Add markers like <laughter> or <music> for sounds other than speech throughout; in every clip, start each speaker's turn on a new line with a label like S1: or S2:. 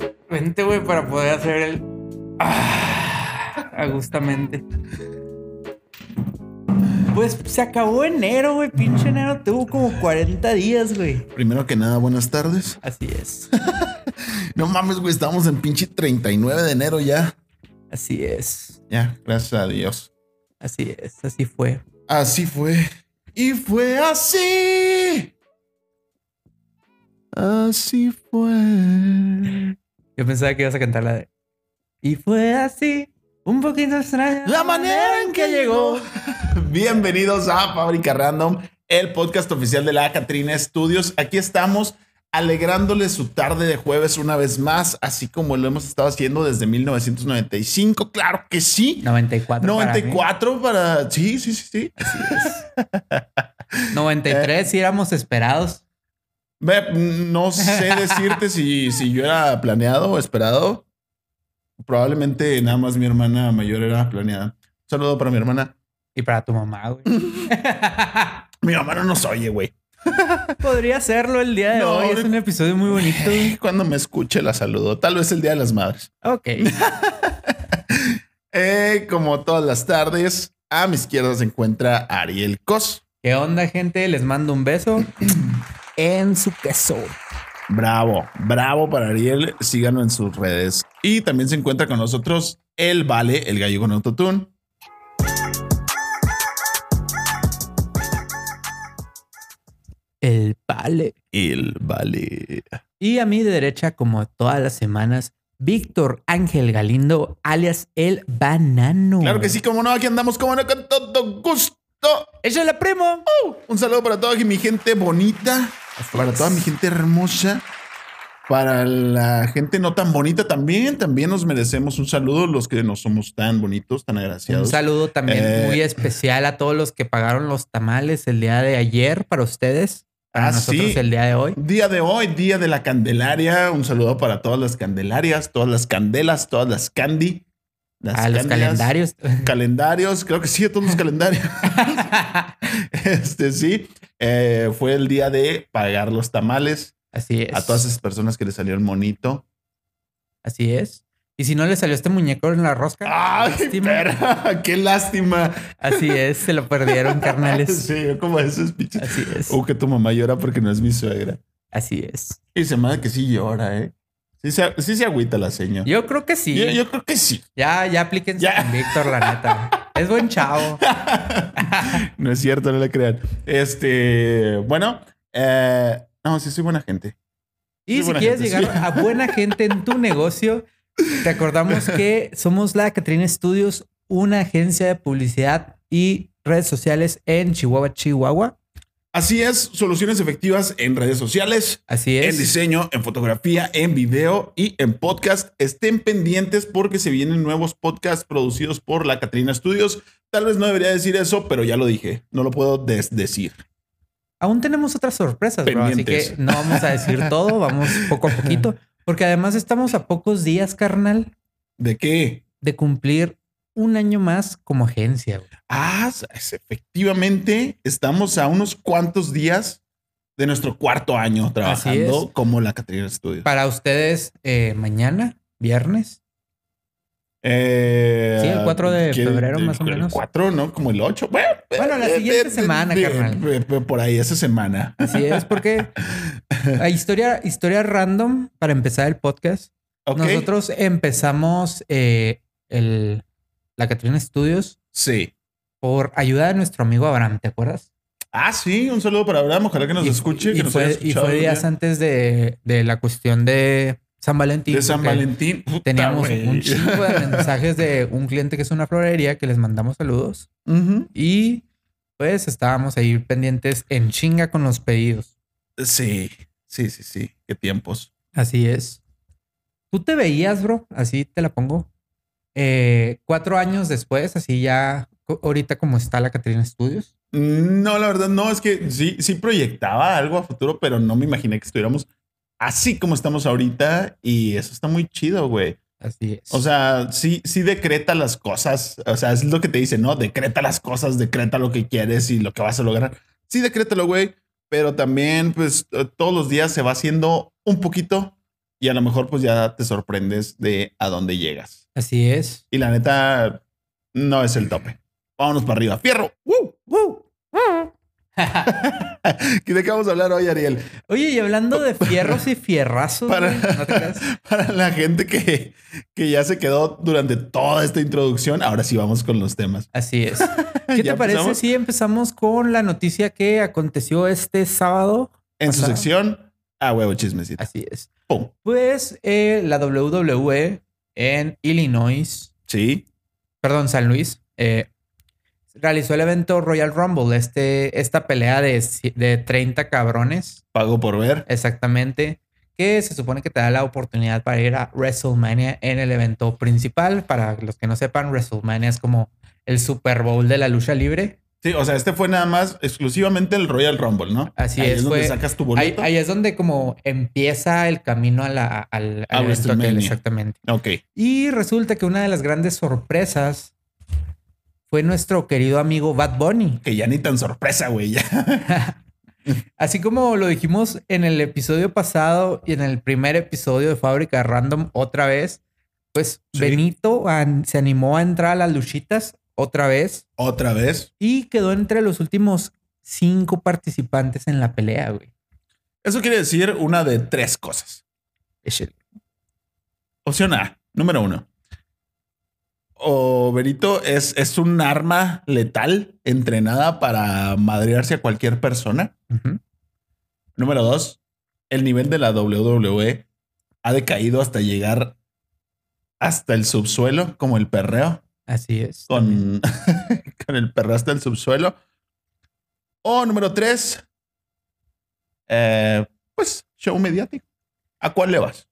S1: repente, güey, para poder hacer el. Ah, agustamente. Pues se acabó enero, güey. Pinche enero tuvo como 40 días, güey.
S2: Primero que nada, buenas tardes.
S1: Así es.
S2: No mames, güey, estamos en pinche 39 de enero ya.
S1: Así es.
S2: Ya, gracias a Dios.
S1: Así es. Así fue.
S2: Así fue. Y fue así. Así fue.
S1: Yo pensaba que ibas a cantar la de. Y fue así. Un poquito extraña.
S2: La manera en que llegó. <laughs> Bienvenidos a Fábrica Random, el podcast oficial de la Catrina Studios. Aquí estamos alegrándoles su tarde de jueves una vez más, así como lo hemos estado haciendo desde 1995. Claro que sí.
S1: 94.
S2: 94 para, sí, sí, sí, sí.
S1: Para mí. 93, si éramos esperados.
S2: Ve, No sé decirte si, si yo era planeado o esperado. Probablemente nada más mi hermana mayor era planeada. Un saludo para mi hermana.
S1: Y para tu mamá, güey.
S2: Mi mamá no nos oye, güey.
S1: <laughs> Podría serlo el día de
S2: No,
S1: hoy. Es
S2: de-
S1: un episodio muy bonito. güey.
S2: Eh, Cuando me escuche la saludo. Tal vez el Día de las Madres.
S1: <laughs> Ok.
S2: Eh, como todas las tardes, a mi izquierda se encuentra Ariel Cos.
S1: ¿Qué onda, gente? Les mando un beso en su queso.
S2: Bravo, bravo para Ariel. Síganlo en sus redes. Y también se encuentra con nosotros el Vale, el gallo con autotune.
S1: El pale.
S2: El Vale.
S1: Y a mi derecha, como todas las semanas, Víctor Ángel Galindo, alias el banano.
S2: Claro que sí, como no, aquí andamos como no con todo gusto.
S1: ¡Ella es la primo!
S2: Un saludo para toda mi gente bonita, para toda mi gente hermosa, para la gente no tan bonita también. También nos merecemos un saludo los que no somos tan bonitos, tan
S1: Un
S2: agraciados.
S1: saludo también
S2: Eh.
S1: muy especial a todos los que pagaron los tamales el día de ayer para ustedes. Para
S2: Ah,
S1: nosotros
S2: sí.
S1: el día de hoy.
S2: Día de hoy, día de la Candelaria. Un saludo para todas las Candelarias, todas las Candelas, todas las Candy. Las
S1: a los
S2: Cándidas, <laughs>
S1: calendarios.
S2: Calendarios, creo que sí, a todos
S1: <laughs>
S2: los calendarios. Este sí, eh, fue el día de pagar los tamales
S1: Así es.
S2: a todas esas personas que le salió el monito.
S1: Así es. Y si no le salió este muñeco en la rosca,
S2: ¡Ay,
S1: lástima.
S2: perra! <laughs> ¡Qué lástima!
S1: así es, se lo
S2: <laughs>
S1: perdieron, carnales.
S2: Sí, yo como esos pinches.
S1: Así es.
S2: O que tu mamá llora porque no es mi suegra.
S1: Así es.
S2: Y se me hace que sí llora, ¿eh? Sí se, sí se agüita la señora.
S1: Yo creo que sí. eh.
S2: Yo, yo creo que sí.
S1: Ya, ya aplíquense
S2: Ya.
S1: con Víctor, la neta. Es buen
S2: <laughs>
S1: chavo.
S2: No es cierto, no le crean. Este, bueno, eh, no, sí soy buena gente.
S1: Y
S2: Sí,
S1: si
S2: buena
S1: quieres
S2: gente,
S1: llegar
S2: sí.
S1: a buena gente en tu negocio, te acordamos que somos la Catrina Studios, una agencia de publicidad y redes sociales en Chihuahua, Chihuahua.
S2: Así es, soluciones efectivas en redes sociales,
S1: Así
S2: en
S1: es.
S2: diseño, en fotografía, en video y en podcast. Estén pendientes porque se vienen nuevos podcasts producidos por la Catrina Studios. Tal vez no debería decir eso, pero ya lo dije. No lo puedo desdecir.
S1: Aún tenemos otras sorpresas, bro, así que
S2: Pendientes.
S1: no vamos a
S2: <laughs>
S1: decir todo, vamos poco a poquito, porque además estamos a pocos días, carnal,
S2: ¿De qué?
S1: de cumplir un año más como agencia. güey.
S2: Ah, es- efectivamente, estamos a unos cuantos días de nuestro cuarto año trabajando como la Catrina Studios.
S1: Para ustedes, eh, mañana, viernes,
S2: Eh,
S1: Sí, el 4 de
S2: ¿qué-
S1: febrero,
S2: el-
S1: más o menos.
S2: El 4, ¿no? Como el 8. Bueno,
S1: Bueno, la siguiente semana, carnal.
S2: de- de- por ahí, esa semana.
S1: Así es, porque a historia, historia random para empezar el podcast.
S2: Ok.
S1: Nosotros empezamos eh, el, la Catrina Studios
S2: Sí.
S1: por ayuda de nuestro amigo Abraham, ¿te acuerdas?
S2: Ah, sí. Un saludo para Abraham. Ojalá que nos
S1: Y-
S2: escuche.
S1: y
S2: que nos
S1: fue,
S2: haya
S1: y
S2: escuchado
S1: fue
S2: algún
S1: días
S2: día.
S1: antes de, de la cuestión de San Valentín.
S2: de San
S1: porque
S2: Valentín. Puta,
S1: Teníamos
S2: güey. <laughs>
S1: un chingo de mensajes de un cliente que es una florería que les mandamos saludos
S2: Ujú.
S1: y pues estábamos ahí pendientes en chinga con los pedidos.
S2: Sí, sí, sí, sí. Qué tiempos.
S1: Así es. Tú te veías, bro, así te la pongo. eh, cuatro años después, así ya, co- ahorita como está la Catrina Studios.
S2: No, la verdad, no. Es que sí, sí proyectaba algo a futuro, pero no me imaginé que estuviéramos así como estamos ahorita. Y eso está muy chido, güey.
S1: Así es.
S2: O sea, sí, sí decreta las cosas. O sea, es lo que te dicen, ¿no? Decreta las cosas, decreta lo que quieres y lo que vas a lograr. Sí, decrétalo, güey. Pero también, pues, eh, todos los días se va haciendo un poquito y a lo mejor pues ya te sorprendes de a dónde llegas.
S1: Así es.
S2: Y la neta, no es el tope. Vámonos para arriba. ¡Fierro! <laughs> ¡Woo! ¡Woo! ¿De qué vamos a hablar hoy, Ariel? <laughs>
S1: Oye, y hablando de fierros y fierrazos,
S2: Para-
S1: güey, ¿no te creas?
S2: Para la gente que, que ya se quedó durante toda esta introducción, ahora sí vamos con los temas.
S1: Así
S2: <laughs>
S1: es. ¿Qué te
S2: ¿Ya
S1: parece
S2: empezamos?
S1: si empezamos con la noticia que aconteció este sábado?
S2: En su
S1: Ajá.
S2: sección, a huevo chismecito.
S1: Así es.
S2: Pum.
S1: Pues eh, la WWE en Illinois,
S2: Sí.
S1: perdón, San Luis, eh, realizó el evento Royal Rumble, este, esta pelea de, ci- de 30 cabrones,
S2: Pago por ver.
S1: exactamente, que se supone que te da la oportunidad para ir a WrestleMania en el evento principal. Para los que no sepan, WrestleMania es como el Super Bowl de la lucha libre.
S2: Sí, o sea, este fue nada más exclusivamente el Royal Rumble, ¿no?
S1: Así
S2: Ahí
S1: es,
S2: es donde
S1: fue-
S2: sacas tu
S1: Ahí,
S2: boleto.
S1: ahí es donde como empieza el camino a la, al,
S2: A
S1: al evento aquel,
S2: WrestleMania.
S1: exactamente.
S2: Ok.
S1: Y resulta que una de las grandes sorpresas fue nuestro querido amigo Bad Bunny.
S2: Que ya ni tan sorpresa, güey. Ya. <laughs>
S1: Así como lo dijimos en el episodio pasado y en el primer episodio de Fábrica Random otra vez, pues
S2: Sí.
S1: Benito an- se animó a entrar a las luchitas otra vez
S2: Otra vez.
S1: y quedó entre los últimos cinco participantes en la pelea, güey.
S2: Eso quiere decir una de tres cosas. Opción A, número uno. O Berito es, es un arma letal entrenada para madrearse a cualquier persona.
S1: Ujú.
S2: Número dos, el nivel de la WWE ha decaído hasta llegar hasta el subsuelo, como el perreo,
S1: Así es.
S2: con, <laughs> con el perreo hasta el subsuelo. O número tres, eh, pues show mediático. ¿A cuál le vas?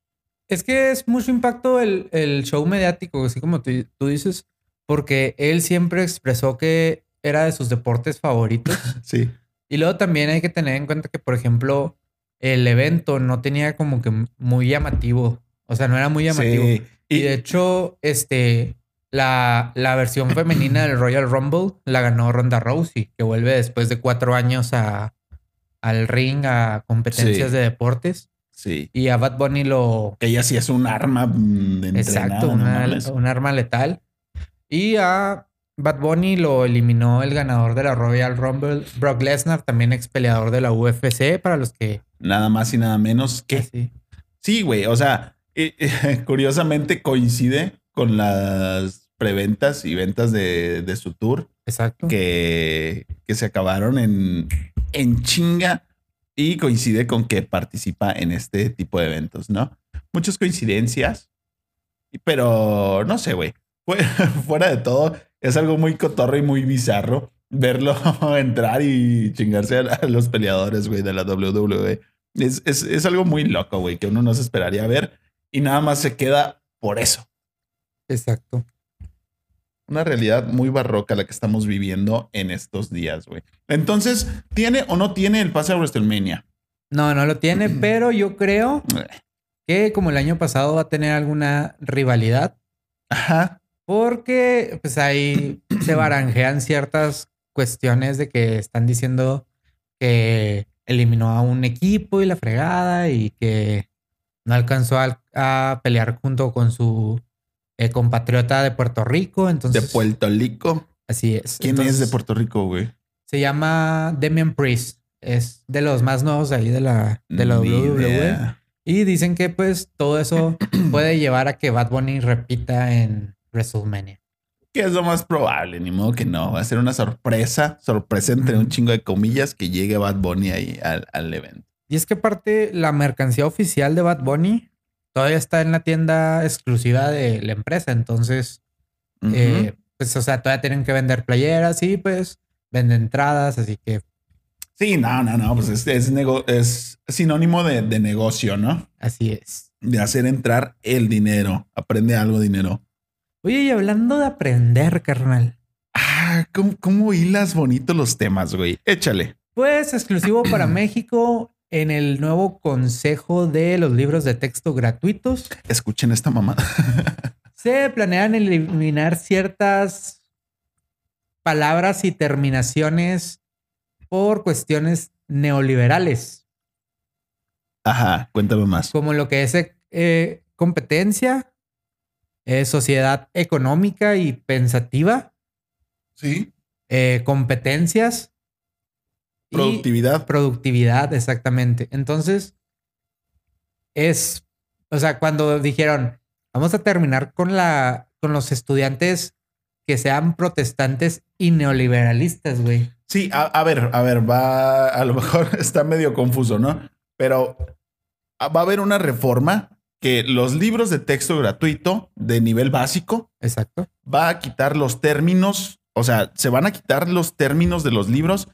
S1: Es que es mucho impacto el, el show mediático, así como tú, tú dices, porque él siempre expresó que era de sus deportes
S2: <laughs>
S1: favoritos.
S2: Sí.
S1: y luego también hay que tener en cuenta que, por ejemplo, el evento no tenía como que muy llamativo. O sea, no era muy llamativo. Y,
S2: Y,
S1: de hecho, este, la, la versión femenina del Royal Rumble la ganó Ronda Rousey, que vuelve después de cuatro años a, al ring, a competencias
S2: Sí.
S1: de deportes.
S2: sí.
S1: Y a Bad Bunny lo,
S2: Que ella sí es un arma mm, de entrenada.
S1: Exacto,
S2: no
S1: una-
S2: mames.
S1: un arma letal. Y a Bad Bunny lo eliminó el ganador de la Royal Rumble, Brock Lesnar, también ex peleador de la UFC, para los que...
S2: Nada más y nada menos que
S1: Así.
S2: Sí, güey. O sea, eh, eh, <laughs> curiosamente coincide con las preventas y ventas de, de su tour
S1: Exacto.
S2: que, que se acabaron en, en chinga y coincide con que participa en este tipo de eventos, ¿no? Muchas coincidencias, pero no sé, güey. Fue- <laughs> Fuera de todo, es algo muy cotorro y muy bizarro verlo <laughs> entrar y chingarse a, a los peleadores, güey, de la WWE. Es, es, es algo muy loco, güey, que uno no se esperaría ver y nada más se queda por eso
S1: Exacto.
S2: una realidad muy barroca la que estamos viviendo en estos días, güey. Entonces, ¿tiene o no tiene el pase a WrestleMania?
S1: No, no lo tiene, pero yo creo que como el año pasado va a tener alguna rivalidad,
S2: Ajá.
S1: porque pues ahí se baranjean ciertas cuestiones de que están diciendo que eliminó a un equipo y la fregada y que no alcanzó al- a, pelear junto con su eh, compatriota de Puerto Rico.
S2: De
S1: Entonces,
S2: Puerto Rico.
S1: así es.
S2: ¿Quién es de
S1: Entonces,
S2: Puerto Rico, güey?
S1: Se llama Demian Priest. Es de los más nuevos ahí de la, de la
S2: Mm,
S1: E.
S2: Ni
S1: WWE.
S2: idea.
S1: Y dicen que pues todo eso puede llevar a que Bad Bunny repita en WrestleMania.
S2: ¿Qué es lo más probable? Ni modo que no. Va a ser una sorpresa, sorpresa entre un chingo de comillas que llegue Bad Bunny ahí al, al evento.
S1: Y es que aparte la mercancía oficial de Bad Bunny todavía está en la tienda exclusiva de la empresa. Entonces, eh,
S2: Ujú.
S1: pues, o sea, todavía tienen que vender playeras y pues venden entradas. Así que
S2: Sí, no, no, no. Pues es, es, nego- es sinónimo de, de negocio, ¿no?
S1: así es.
S2: De hacer entrar el dinero. Aprende algo, dinero.
S1: Oye, y hablando de aprender, carnal.
S2: Ah, ¿cómo, cómo hilas bonito los temas, güey? Échale.
S1: Pues exclusivo para México en el nuevo consejo de los libros de texto gratuitos.
S2: Escuchen esta mamada.
S1: Se planean eliminar ciertas palabras y terminaciones por cuestiones neoliberales,
S2: <laughs> Ajá, cuéntame más.
S1: como lo que es e- eh, competencia, eh, sociedad económica y pensativa,
S2: Sí.
S1: eh, competencias. y-
S2: Productividad.
S1: productividad, exactamente. Entonces, es, o sea, cuando dijeron, vamos a terminar con la, con los estudiantes que sean protestantes y neoliberalistas, güey.
S2: Sí, a, a ver, a ver, va, a lo <laughs> mejor está medio confuso, ¿no? Pero ah, va a haber una reforma que los libros de texto gratuito de nivel básico
S1: Exacto.
S2: va a quitar los términos, o sea, se van a quitar los términos de los libros,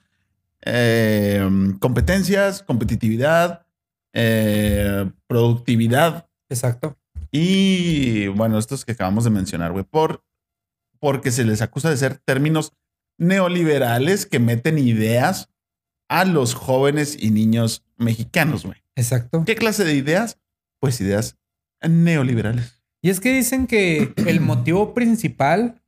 S2: eh, competencias, competitividad, eh, productividad
S1: Exacto.
S2: y, bueno, estos que acabamos de mencionar, güey, por, porque se les acusa de ser términos neoliberales que meten ideas a los jóvenes y niños mexicanos, güey.
S1: Exacto.
S2: ¿Qué clase de ideas? Pues ideas neoliberales.
S1: Y es que dicen que el motivo principal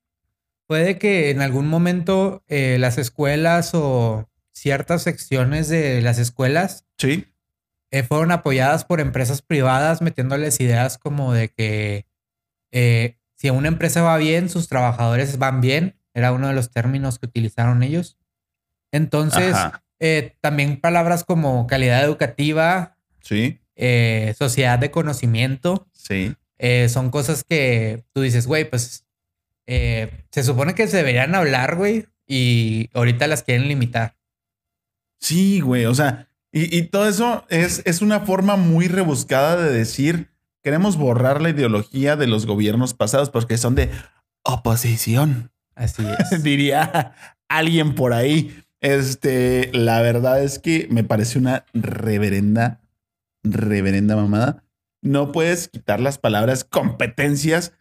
S1: puede que en algún momento eh, las escuelas o ciertas secciones de las escuelas
S2: Sí.
S1: eh, fueron apoyadas por empresas privadas metiéndoles ideas como de que eh, si una empresa va bien, sus trabajadores van bien. Era uno de los términos que utilizaron ellos. Entonces,
S2: Ajá.
S1: eh, también palabras como calidad educativa,
S2: Sí.
S1: eh, sociedad de conocimiento,
S2: Sí.
S1: eh, son cosas que tú dices, güey, pues eh, se supone que se deberían hablar, güey, y ahorita las quieren limitar.
S2: Sí, güey. O sea, y, y todo eso es, es una forma muy rebuscada de decir, queremos borrar la ideología de los gobiernos pasados porque son de oposición,
S1: Así es.
S2: <laughs> diría alguien por ahí. Este, la verdad es que me parece una reverenda, reverenda mamada. No puedes quitar las palabras competencias,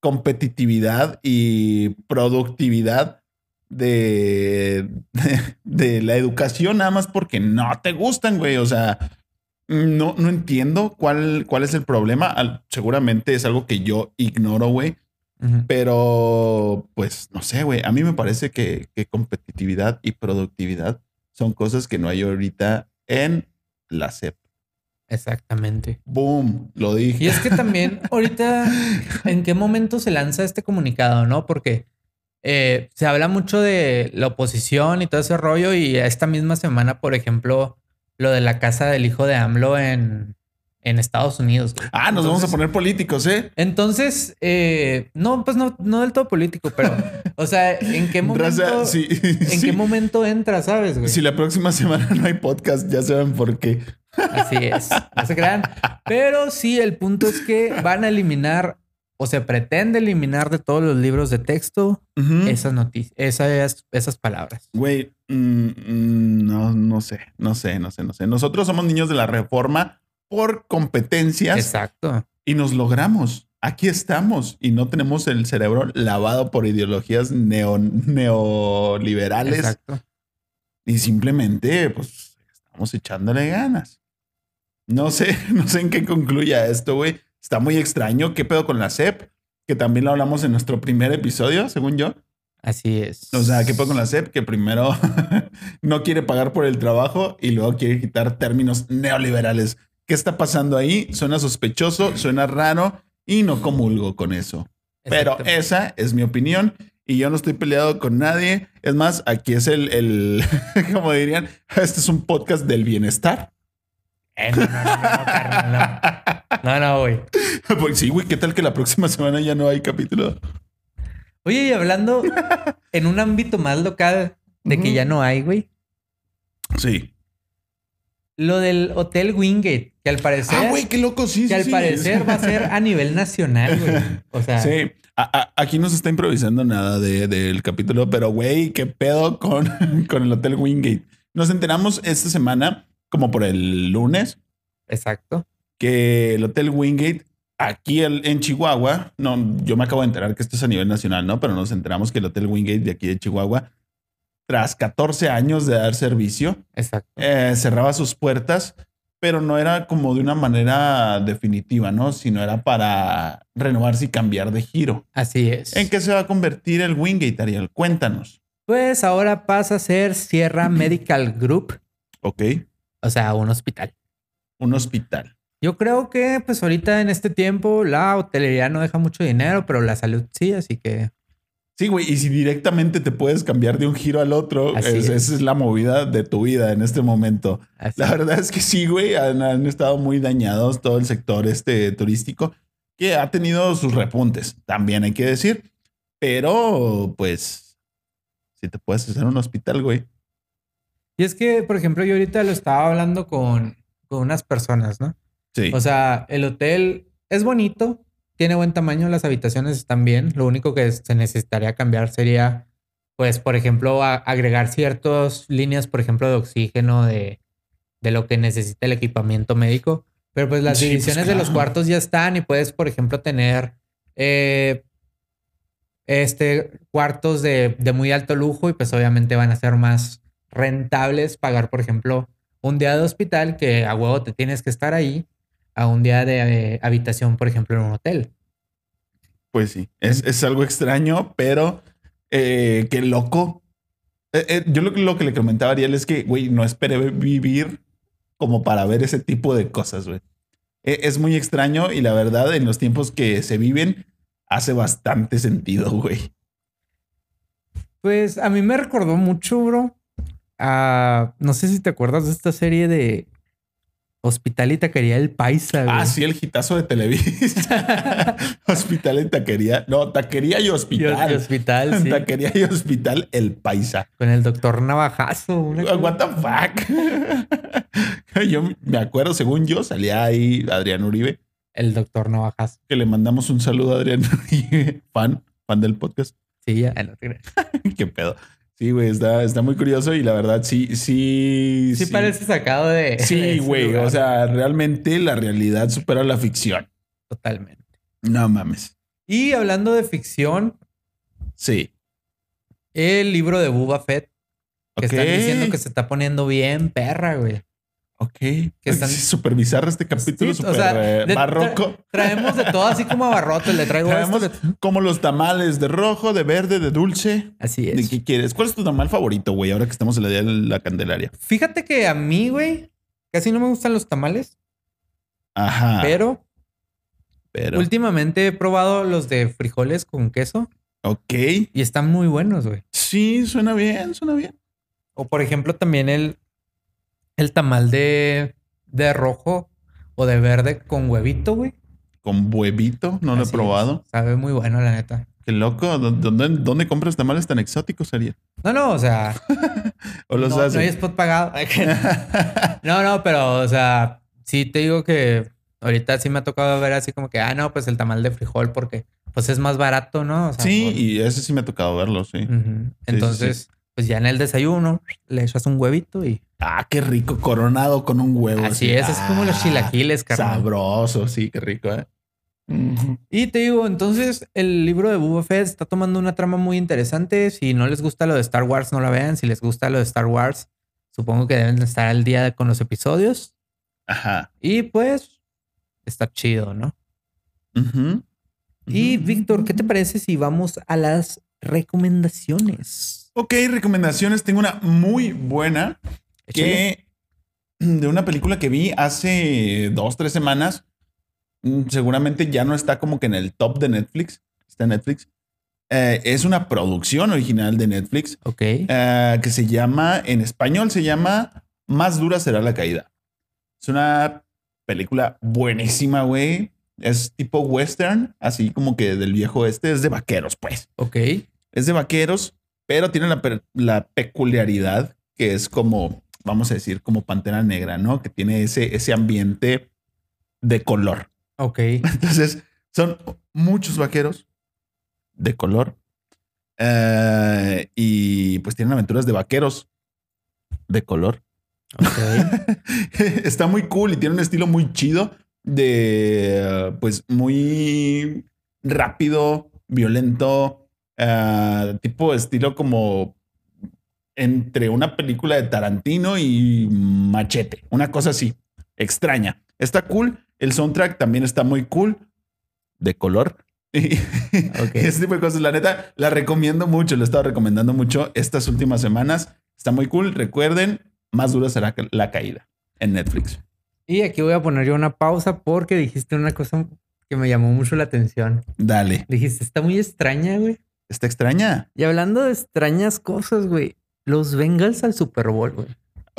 S2: competitividad y productividad de, <laughs> de, de la educación, nada más porque no te gustan, güey. O sea, no, no entiendo cuál, cuál es el problema. Al- Seguramente es algo que yo ignoro, güey.
S1: Ujú.
S2: Pero, pues, no sé, güey. A mí me parece que, que competitividad y productividad son cosas que no hay ahorita en la CEP.
S1: Exactamente.
S2: Boom, lo dije.
S1: Y es que también ahorita, ¿en qué momento se lanza este comunicado, no? Porque eh, se habla mucho de la oposición y todo ese rollo y esta misma semana, por ejemplo, lo de la casa del hijo de AMLO en, en Estados Unidos. güey.
S2: Ah, nos vamos a
S1: Entonces-
S2: poner políticos, ¿eh?
S1: Entonces, eh, no, pues no, no del todo político, pero, o sea, ¿en qué momento,
S2: Raza, sí, <laughs>
S1: ¿en
S2: sí.
S1: qué momento entra, sabes, güey?
S2: Si la próxima <laughs> semana no hay podcast, ya saben por qué.
S1: Así es. No se crean. Pero sí, el punto es que van a eliminar o se pretende eliminar de todos los libros de texto
S2: Ujú.
S1: esas noticias, esas, esas palabras.
S2: Güey, mm, mm, no, no sé, no sé, no sé, no sé. Nosotros somos niños de la reforma por competencias
S1: Exacto.
S2: y nos logramos. Aquí estamos y no tenemos el cerebro lavado por ideologías neo- neoliberales
S1: Exacto.
S2: y simplemente pues estamos echándole ganas. No sé, <laughs> no sé en qué concluya esto, güey. Está muy extraño. ¿Qué pedo con la CEP? Que también lo hablamos en nuestro primer episodio, según yo.
S1: Así es.
S2: O sea, ¿qué pasa con la SEP? Que primero <laughs> no quiere pagar por el trabajo y luego quiere quitar términos neoliberales. ¿Qué está pasando ahí? Suena sospechoso, suena raro y no comulgo con eso. Pero
S1: Exactamente.
S2: esa es mi opinión y yo no estoy peleado con nadie. Es más, aquí es el, el <laughs> como dirían, este es un podcast del bienestar. <laughs>
S1: Eh, no, no, no, no, carnal, no. No, no, güey.
S2: Porque Pues sí, güey, ¿qué tal que la próxima semana ya no hay capítulo?
S1: Oye, y hablando en un ámbito más local de que
S2: Ujú.
S1: ya no hay, güey.
S2: Sí.
S1: Lo del Hotel Wingate, que al parecer,
S2: Ah, güey, qué loco, sí.
S1: que al
S2: sí, sí.
S1: parecer va a ser a nivel nacional, güey. O sea,
S2: Sí, a- a- aquí no se está improvisando nada de- del capítulo, pero güey, qué pedo con, <laughs> con el Hotel Wingate. Nos enteramos esta semana, como por el lunes,
S1: exacto.
S2: que el Hotel Wingate aquí el- en Chihuahua, no, yo me acabo de enterar que esto es a nivel nacional, ¿no? Pero nos enteramos que el Hotel Wingate de aquí de Chihuahua, tras 14 años de dar servicio,
S1: Exacto.
S2: eh, cerraba sus puertas, pero no era como de una manera definitiva, ¿no? Sino era para renovarse y cambiar de giro.
S1: Así es.
S2: ¿En qué se va a convertir el Wingate, Ariel? Cuéntanos.
S1: Pues ahora pasa a ser Sierra Medical Group,
S2: Ok.
S1: o sea, un hospital.
S2: Un hospital.
S1: Yo creo que pues ahorita en este tiempo la hotelería no deja mucho dinero, pero la salud sí, así que
S2: Sí, güey, y si directamente te puedes cambiar de un giro al otro, es, es. esa es la movida de tu vida en este momento. Así la verdad es que sí, güey, han, han, estado muy dañados todo el sector este turístico, que ha tenido sus repuntes, también hay que decir, pero pues, si te puedes hacer un hospital, güey.
S1: Y es que, por ejemplo, yo ahorita lo estaba hablando con, con unas personas, ¿no?
S2: Sí.
S1: O sea, el hotel es bonito, tiene buen tamaño, las habitaciones están bien. Lo único que se necesitaría cambiar sería, pues, por ejemplo, agregar ciertas líneas, por ejemplo, de oxígeno, de, de, lo que necesita el equipamiento médico. Pero pues las sí, divisiones pues, claro. de los cuartos ya están y puedes, por ejemplo, tener eh, este cuartos de, de muy alto lujo y pues obviamente van a ser más rentables pagar, por ejemplo, un día de hospital que a huevo te tienes que estar ahí a un día de eh, habitación, por ejemplo, en un hotel.
S2: Pues sí, es, es algo extraño, pero eh, qué loco. Eh, yo lo, lo, que le comentaba a Ariel es que, güey, no esperé vivir como para ver ese tipo de cosas, güey. E, es muy extraño y la verdad, en los tiempos que se viven, hace bastante sentido, güey.
S1: Pues a mí me recordó mucho, bro. A, no sé si te acuerdas de esta serie de Hospital y Taquería El Paisa.
S2: Güey. Ah, sí, el hitazo de
S1: <laughs>
S2: Televisa. <laughs> hospital y Taquería. No, Taquería y Hospital.
S1: Y hospital, sí.
S2: <laughs> Taquería y Hospital El Paisa.
S1: Con el doctor Navajazo.
S2: Una... What the fuck. <laughs> yo me acuerdo, según yo, salía ahí Adrián Uribe.
S1: El doctor Navajazo.
S2: Que le mandamos un saludo a Adrián Uribe, <laughs> fan, fan del podcast. <laughs>
S1: Sí, ya, Ah, no te
S2: Qué pedo. Sí, güey, está, está muy curioso y la verdad sí, sí.
S1: Sí, sí. parece sacado de.
S2: Sí, güey, o sea, realmente la realidad supera la ficción.
S1: Totalmente.
S2: No mames.
S1: Y hablando de ficción.
S2: Sí.
S1: El libro de Bubba Fett. Que okay. están diciendo que se está poniendo bien perra, güey.
S2: Ok. Que están... Sí, super bizarro este capítulo, sí, super o sea, eh, barroco.
S1: Tra traemos de todo así como abarrotes, le traigo
S2: traemos esto. como los tamales de rojo, de verde, de dulce.
S1: Así es.
S2: ¿De qué quieres? ¿Cuál es tu tamal favorito, güey? Ahora que estamos en la día de la Candelaria.
S1: Fíjate que a mí, güey, casi no me gustan los tamales.
S2: Ajá.
S1: Pero,
S2: pero
S1: últimamente he probado los de frijoles con queso.
S2: Ok.
S1: Y están muy buenos, güey.
S2: Sí, suena bien, suena bien.
S1: O por ejemplo, también el el tamal de, de, rojo o de verde con huevito, güey.
S2: Con huevito, no lo Así he probado.
S1: Es. Sabe muy bueno, la neta.
S2: Qué loco. ¿Dónde, dónde compras tamales tan exóticos, Ariel?
S1: No, no, o
S2: <laughs>
S1: sea.
S2: o los
S1: no, haces? No hay Ah, spot pagado. <laughs>
S2: <laughs>
S1: no, no, pero, o sea, sí te digo que ahorita sí me ha tocado ver así como que, ah, no, pues el tamal de frijol porque pues es más barato, ¿no? O sea,
S2: sí,
S1: por...
S2: y ese sí me ha tocado verlo, <laughs> sí.
S1: Uh -huh. Entonces, sí, sí, sí. pues ya en el desayuno le echas un huevito y
S2: Ah, qué rico, coronado con un huevo.
S1: Así, así. es, ah, es como los chilaquiles, carnal.
S2: Sabroso, sí, qué rico, ¿eh? Uh
S1: -huh. Y te digo, entonces el libro de Boba Fett está tomando una trama muy interesante. Si no les gusta lo de Star Wars, no la vean. Si les gusta lo de Star Wars, supongo que deben estar al día con los episodios.
S2: Ajá.
S1: Y pues está chido, ¿no?
S2: Uh -huh. Uh
S1: -huh. Y Víctor, ¿qué te parece si vamos a las recomendaciones?
S2: Ok, recomendaciones. Tengo una muy buena que <clears throat> de una película que vi hace dos, tres semanas, mm, seguramente ya no está como que en el top de Netflix, está en Netflix. Eh, es una producción original de Netflix.
S1: Ok.
S2: Eh, que se llama, en español se llama Más dura será la caída. Es una película buenísima, güey. Es tipo western, así como que del viejo este. Es de vaqueros, pues.
S1: Ok.
S2: Es de vaqueros, pero tiene la, la peculiaridad que es como vamos a decir, como Pantera Negra, ¿no? Que tiene ese, ese ambiente de color. <laughs>
S1: Ok.
S2: Entonces, son muchos vaqueros de color. Uh, y pues tienen aventuras de vaqueros de color. <laughs>
S1: Okay.
S2: Está muy cool y tiene un estilo muy chido de, pues, muy rápido, violento, uh, tipo estilo como entre una película de Tarantino y Machete, una cosa así, extraña. Está cool, el soundtrack también está muy cool, de color. <laughs> Y okay. Este tipo de cosas, la neta, la recomiendo mucho, lo he estado recomendando mucho estas últimas semanas. Está muy cool, recuerden, más dura será la caída en Netflix.
S1: Y aquí voy a poner yo una pausa porque dijiste una cosa que me llamó mucho la atención.
S2: Dale.
S1: Dijiste, está muy extraña, güey.
S2: ¿Está extraña?
S1: Y hablando de extrañas cosas, güey, los Bengals al Super Bowl, güey.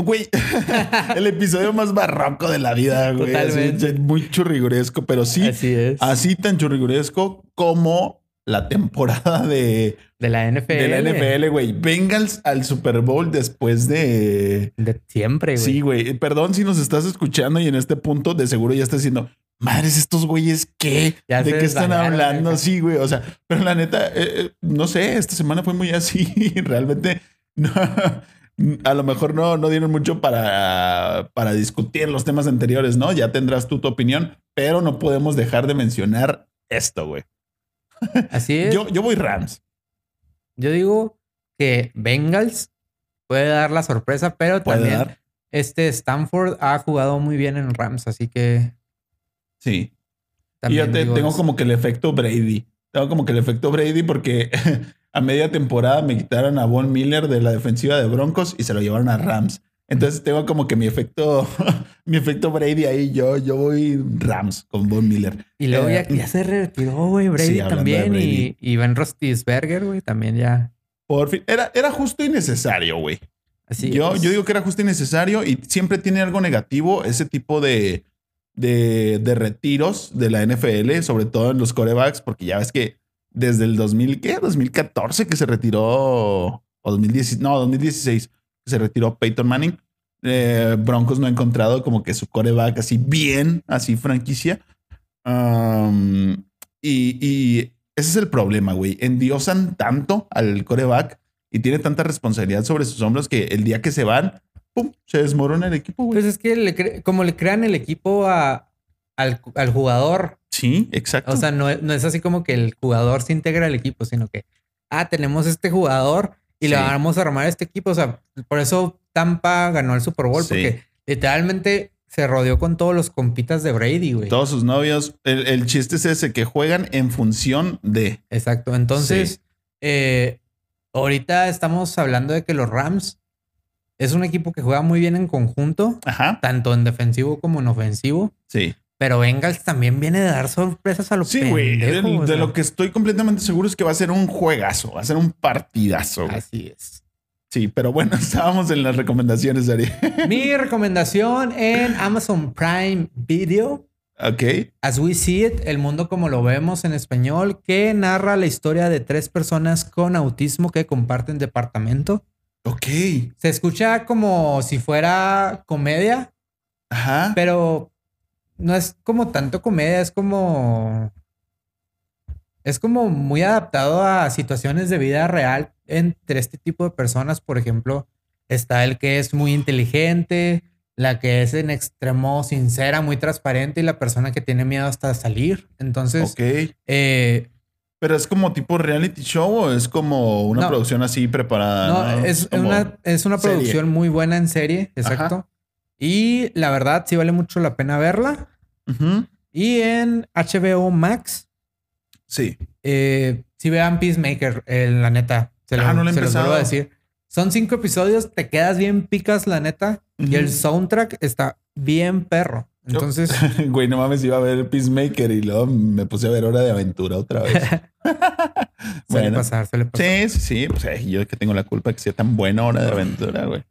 S2: Güey, <laughs> el episodio más barroco de la vida, güey.
S1: Totalmente.
S2: Así, muy churriguresco, pero sí, así,
S1: Así es.
S2: tan churriguresco como la temporada de,
S1: de la NFL.
S2: de la NFL, güey. Bengals al Super Bowl después de.
S1: De siempre, güey.
S2: Sí, güey. Eh, Perdón si nos estás escuchando y en este punto de seguro ya estás diciendo, madres, estos güeyes, ¿qué?
S1: Ya
S2: ¿De
S1: se
S2: qué están
S1: desvalaron,
S2: hablando?
S1: güey.
S2: Sí, güey. O sea, pero la neta, eh, eh, no sé, esta semana fue muy así. <laughs> Realmente, no, a lo mejor no, no dieron mucho para, para discutir los temas anteriores, ¿no? Ya tendrás tú tu opinión, pero no podemos dejar de mencionar esto, güey.
S1: Así es. Yo,
S2: Yo, yo voy Rams.
S1: digo que Bengals puede dar la sorpresa, pero
S2: Puede
S1: también
S2: dar.
S1: este Stanford ha jugado muy bien en Rams, así que
S2: Sí. Y
S1: también
S2: yo te-
S1: digo
S2: tengo
S1: eso.
S2: como que el efecto Brady. Tengo como que el efecto Brady porque <laughs> a media temporada me quitaron a Von Miller de la defensiva de Broncos y se lo llevaron a Rams. Entonces tengo como que mi efecto, <laughs> mi efecto Brady ahí. Yo, yo voy Rams con Von Miller.
S1: Y luego
S2: Eh,
S1: ya, ya se retiró, güey, Brady
S2: hablando de
S1: también.
S2: Brady.
S1: Y, y Ben Roethlisberger, güey, también ya.
S2: Por fin, era, era justo y necesario, güey.
S1: Así
S2: yo,
S1: es.
S2: yo digo que era justo y necesario y siempre tiene algo negativo ese tipo de, de, de retiros de la NFL, sobre todo en los corebacks, porque ya ves que desde el 2000, ¿qué? 2014 que se retiró, o 2016, no, 2016 que se retiró Peyton Manning. eh, Broncos no ha encontrado como que su coreback así bien, así franquicia. Um, y, y ese es el problema, güey. Endiosan tanto al coreback y tiene tanta responsabilidad sobre sus hombros que el día que se van, pum, se desmorona el equipo, güey.
S1: Pues es que le cre- como le crean el equipo a, al, al jugador,
S2: Sí, exacto.
S1: o sea, no, no es así como que el jugador se integra al equipo, sino que, ah, tenemos este jugador y le
S2: Sí.
S1: vamos a armar este equipo. O sea, por eso Tampa ganó el Super Bowl,
S2: Sí.
S1: porque literalmente se rodeó con todos los compitas de Brady, güey.
S2: Todos sus novios, el, el chiste es ese, que juegan en función de...
S1: Exacto. Entonces, eh, ahorita estamos hablando de que los Rams es un equipo que juega muy bien en conjunto,
S2: Ajá,
S1: tanto en defensivo como en ofensivo.
S2: sí.
S1: Pero Bengals también viene de dar sorpresas a los
S2: Sí, güey.
S1: pendejos,
S2: del-
S1: o
S2: De
S1: sea.
S2: lo que estoy completamente seguro es que va a ser un juegazo, va a ser un partidazo. güey.
S1: Así es.
S2: Sí, pero bueno, <laughs> estábamos en las recomendaciones, Ari.
S1: Mi recomendación en Amazon Prime Video,
S2: ok,
S1: As We See It, El Mundo como lo vemos en español, que narra la historia de tres personas con autismo que comparten departamento.
S2: ok.
S1: Se escucha como si fuera comedia,
S2: Ajá.
S1: Pero no es como tanto comedia, es como. Es como muy adaptado a situaciones de vida real entre este tipo de personas. Por ejemplo, está el que es muy inteligente, la que es en extremo sincera, muy transparente y la persona que tiene miedo hasta salir. Entonces,
S2: ok.
S1: eh,
S2: Pero es como tipo reality show o es como una
S1: No.
S2: producción así preparada.
S1: No, es,
S2: Ah, como-
S1: una, es una
S2: serie.
S1: producción muy buena en serie, exacto. Y la verdad, sí vale mucho la pena verla.
S2: Ujú,
S1: Y en HBO Max,
S2: Sí. <laughs>
S1: Eh, si vean Peacemaker, eh, la neta. Se, lo,
S2: Ah, no lo he
S1: se los vuelvo
S2: empezado.
S1: a decir. Son cinco episodios, te quedas bien picas, la neta. Y el soundtrack está bien perro.
S2: <laughs>
S1: Entonces,
S2: Güey, no mames, iba a ver Peacemaker y luego me puse a ver Hora de Aventura otra vez.
S1: <laughs> suele
S2: bueno.
S1: pasar, suele pasar.
S2: Sí, sí, sí. Pues, ay, yo que tengo la culpa que sea tan buena Hora de Aventura, güey.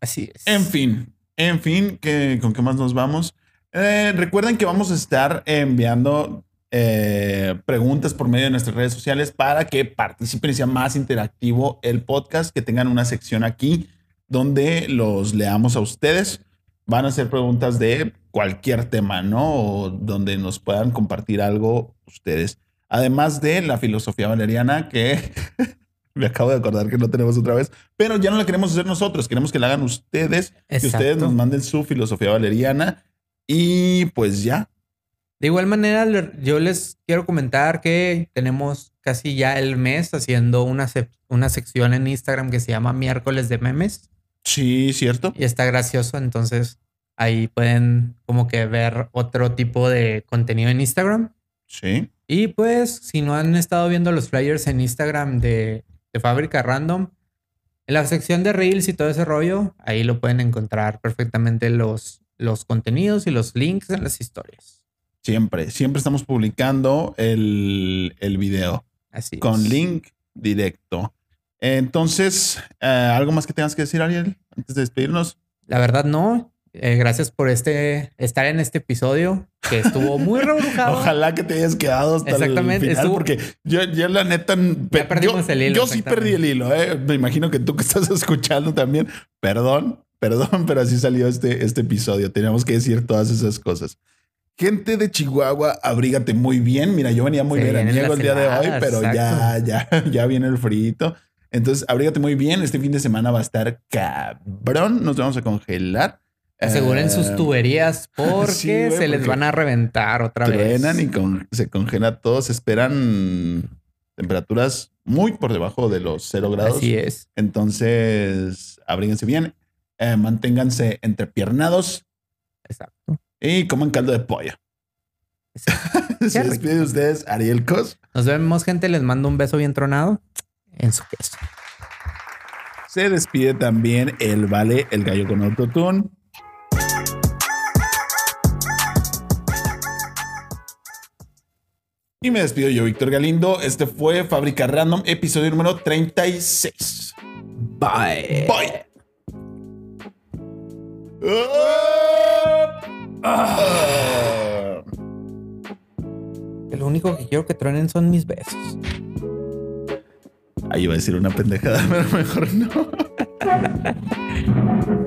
S1: Así es.
S2: En fin, en fin, ¿qué- ¿con qué más nos vamos? Eh, recuerden que vamos a estar enviando eh, preguntas por medio de nuestras redes sociales para que participen y sea más interactivo el podcast, que tengan una sección aquí donde los leamos a ustedes. Van a ser preguntas de cualquier tema, ¿no? O donde nos puedan compartir algo ustedes. Además de la filosofía valeriana, que <laughs> me acabo de acordar que no tenemos otra vez, pero ya no la queremos hacer nosotros, queremos que la hagan ustedes que
S1: Exacto.
S2: ustedes nos manden su filosofía valeriana. Y pues ya.
S1: De igual manera, le- yo les quiero comentar que tenemos casi ya el mes haciendo una, sec- una sección en Instagram que se llama Miércoles de Memes.
S2: Sí, cierto.
S1: y está gracioso. Entonces ahí pueden como que ver otro tipo de contenido en Instagram.
S2: Sí.
S1: Y pues si no han estado viendo los flyers en Instagram de, de Fábrica Random, en la sección de Reels y todo ese rollo, ahí lo pueden encontrar perfectamente los, los contenidos y los links en las historias.
S2: Siempre, siempre estamos publicando el, el video
S1: Así
S2: con
S1: es.
S2: link directo. Entonces, eh, ¿algo más que tengas que decir, Ariel, antes de despedirnos?
S1: La verdad, no. Eh, gracias por este estar en este episodio que estuvo muy rebrujado.
S2: <laughs> Ojalá que te hayas quedado hasta
S1: Exactamente,
S2: el final,
S1: estuvo-
S2: porque yo, yo la neta... pe-
S1: perdimos
S2: yo,
S1: el hilo,
S2: Yo sí
S1: exactamente.
S2: perdí el hilo, eh. me imagino que tú que estás <laughs> escuchando también. Perdón, perdón, pero así salió este, este episodio. Teníamos que decir todas esas cosas. Gente de Chihuahua, abrígate muy bien. Mira, yo venía muy
S1: Se vienen
S2: veraniego
S1: las
S2: el día de hoy,
S1: heladas,
S2: pero ya, ya, <laughs> ya viene el frío. Entonces, abrígate muy bien. Este fin de semana va a estar cabrón. Nos vamos a congelar.
S1: Aseguren sus
S2: Eh,
S1: tuberías porque
S2: <laughs> sí, güey,
S1: se les
S2: porque
S1: van a reventar otra
S2: truenan
S1: vez.
S2: y con- se congela todo. Se esperan temperaturas muy por debajo de los cero grados.
S1: Así es.
S2: Entonces, abríguense bien, eh, manténganse entrepiernados
S1: Exacto.
S2: y coman caldo de pollo. <laughs> Se
S1: rico.
S2: despide de ustedes, Ariel Cos.
S1: Nos vemos, gente. Les mando un beso bien tronado en su queso.
S2: Se despide también el Vale, el gallo con autotune. Y me despido yo, Víctor Galindo. Este fue Fábrica Random, episodio número 36.
S1: Bye.
S2: Bye. Ah. Ah.
S1: Lo único que quiero que truenen son mis besos.
S2: <laughs> Ahí iba a decir una pendejada, pero mejor no.